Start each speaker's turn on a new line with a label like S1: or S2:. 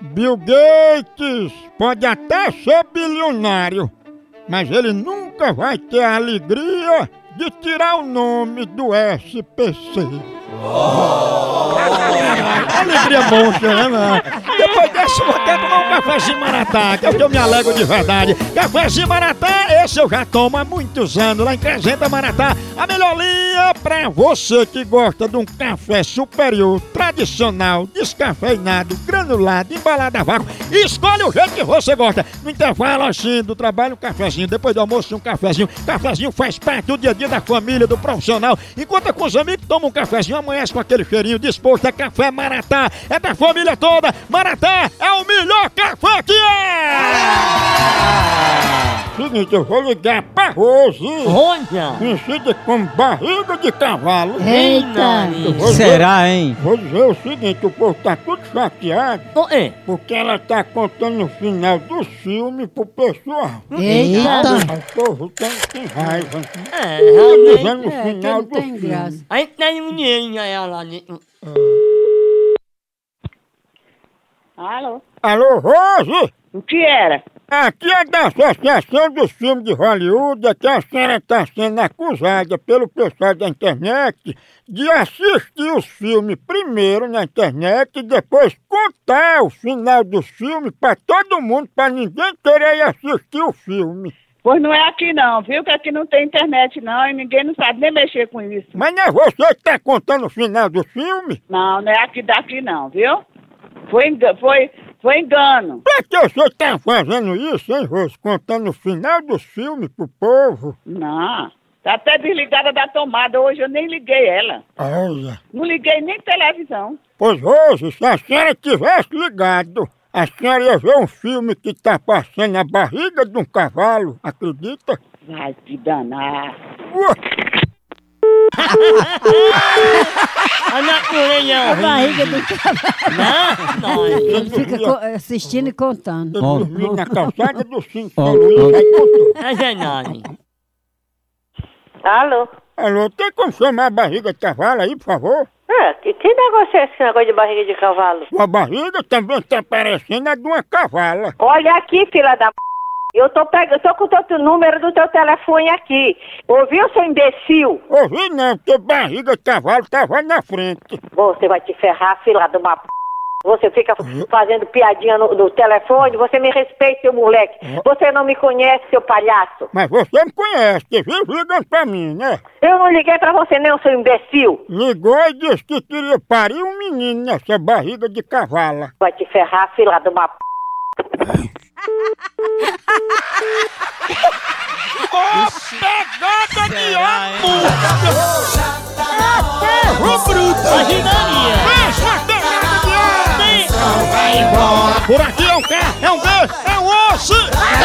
S1: Bill Gates pode até ser bilionário, mas ele nunca vai ter a alegria de tirar o nome do SPC. Alegria monstro, né, mano? Depois desse vou até tomar um cafezinho maratá, que é o que eu me alegro de verdade. Cafezinho maratá, esse eu já tomo há muitos anos, lá em Crescenta Maratá. A melhor linha pra você que gosta de um café superior, tradicional, descafeinado, granulado, embalado a vácuo. Escolhe o jeito que você gosta. No intervalo assim, do trabalho, um cafezinho. Depois do almoço, um cafezinho. Cafezinho faz parte do dia a dia da família, do profissional. Enquanto é com os amigos, toma um cafezinho, amanhece com aquele cheirinho disposto. É café Maratá, é da família toda. Maratá é o melhor café que é! Seguinte, eu vou ligar pra Rose,
S2: Ronda!
S1: conhecida como barriga de cavalo. Eu
S2: Eita!
S1: vou dizer-
S3: Será, hein?
S1: Vou dizer o seguinte, o povo tá tudo chateado.
S2: Oh, é.
S1: Porque ela tá contando o final do filme pro pessoal.
S2: Eita!
S3: Eita.
S1: Aí O povo tem, tem raiva.
S2: É,
S1: Tá
S2: realmente.
S1: dizendo o
S4: É, que
S1: final
S4: não
S1: do
S4: tem
S1: filme.
S4: graça.
S2: Aí tem um dinheirinho aí, ó, lá dentro.
S5: Alô?
S1: Alô, Rose?
S5: O que era?
S1: Aqui é da Associação dos Filmes de Hollywood, é que a senhora está sendo acusada pelo pessoal da internet de assistir os filmes primeiro na internet e depois contar o final dos filmes para todo mundo, para ninguém querer ir assistir o filme.
S5: Pois não é aqui não, viu? Que aqui não tem internet não e ninguém não sabe nem mexer com isso.
S1: Mas não é você que está contando o final do filme?
S5: Não, não é aqui daqui não, viu? Foi, enga- foi, foi engano.
S1: Pra que você tá fazendo isso, hein, Rose? Contando o final dos filmes pro povo?
S5: Não. Tá até desligada da tomada. Hoje eu nem liguei ela.
S1: Olha.
S5: Não liguei nem televisão.
S1: Pois, Rose, se a senhora tivesse ligado, a senhora ia ver um filme que tá passando na barriga de um cavalo, acredita?
S5: Vai te danar.
S1: Ué,
S2: A natureza é
S4: A
S2: horrível.
S4: barriga do cara
S2: Não, não.
S4: ele fica co- assistindo e contando.
S1: eu
S3: Ó.
S1: dormi na calçada do cinto.
S3: Ó,
S1: Luiz,
S3: ó.
S1: aí contou.
S2: É verdade.
S6: Alô?
S1: Alô, tem como chamar a barriga de cavalo aí, por favor?
S6: É, que, que negócio é esse negócio de barriga de cavalo?
S1: Sua barriga também tá parecendo a de uma cavala.
S6: Olha aqui, filha da p... Eu tô pegando, tô com o teu número do teu telefone aqui. Ouviu, seu imbecil?
S1: Ouvi não, porque barriga de cavalo tava na frente.
S6: Você vai te ferrar, filha de uma p... Você fica fazendo piadinha no, no telefone, você me respeita, seu moleque. Você não me conhece, seu palhaço.
S1: Mas você me conhece, que vive ligando pra mim, né?
S6: Eu não liguei pra você não, seu imbecil.
S1: Ligou e disse que queria parir um menino nessa barriga de cavala.
S6: Vai te ferrar, filha de uma p...
S2: Imaginaria.
S1: Por aqui é um K, é um B, é um osso! É